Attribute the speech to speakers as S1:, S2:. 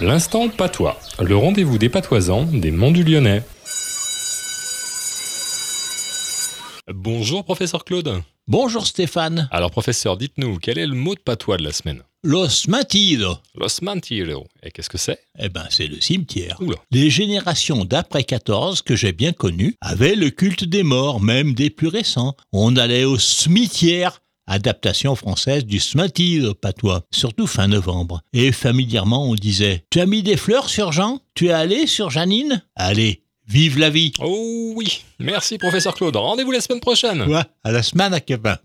S1: L'instant patois, le rendez-vous des patoisans des Monts du Lyonnais. Bonjour professeur Claude.
S2: Bonjour Stéphane.
S1: Alors professeur, dites-nous, quel est le mot de patois de la semaine
S2: Los Matido.
S1: Los Mantiro. Et qu'est-ce que c'est
S2: Eh ben, c'est le cimetière.
S1: Oula.
S2: Les générations d'après 14 que j'ai bien connues avaient le culte des morts, même des plus récents. On allait au cimetière. Adaptation française du cimetière patois, surtout fin novembre. Et familièrement, on disait Tu as mis des fleurs sur Jean Tu es allé sur Janine Allez, vive la vie
S1: Oh oui, merci professeur Claude. Rendez-vous la semaine prochaine.
S2: Quoi À la semaine à Kevin.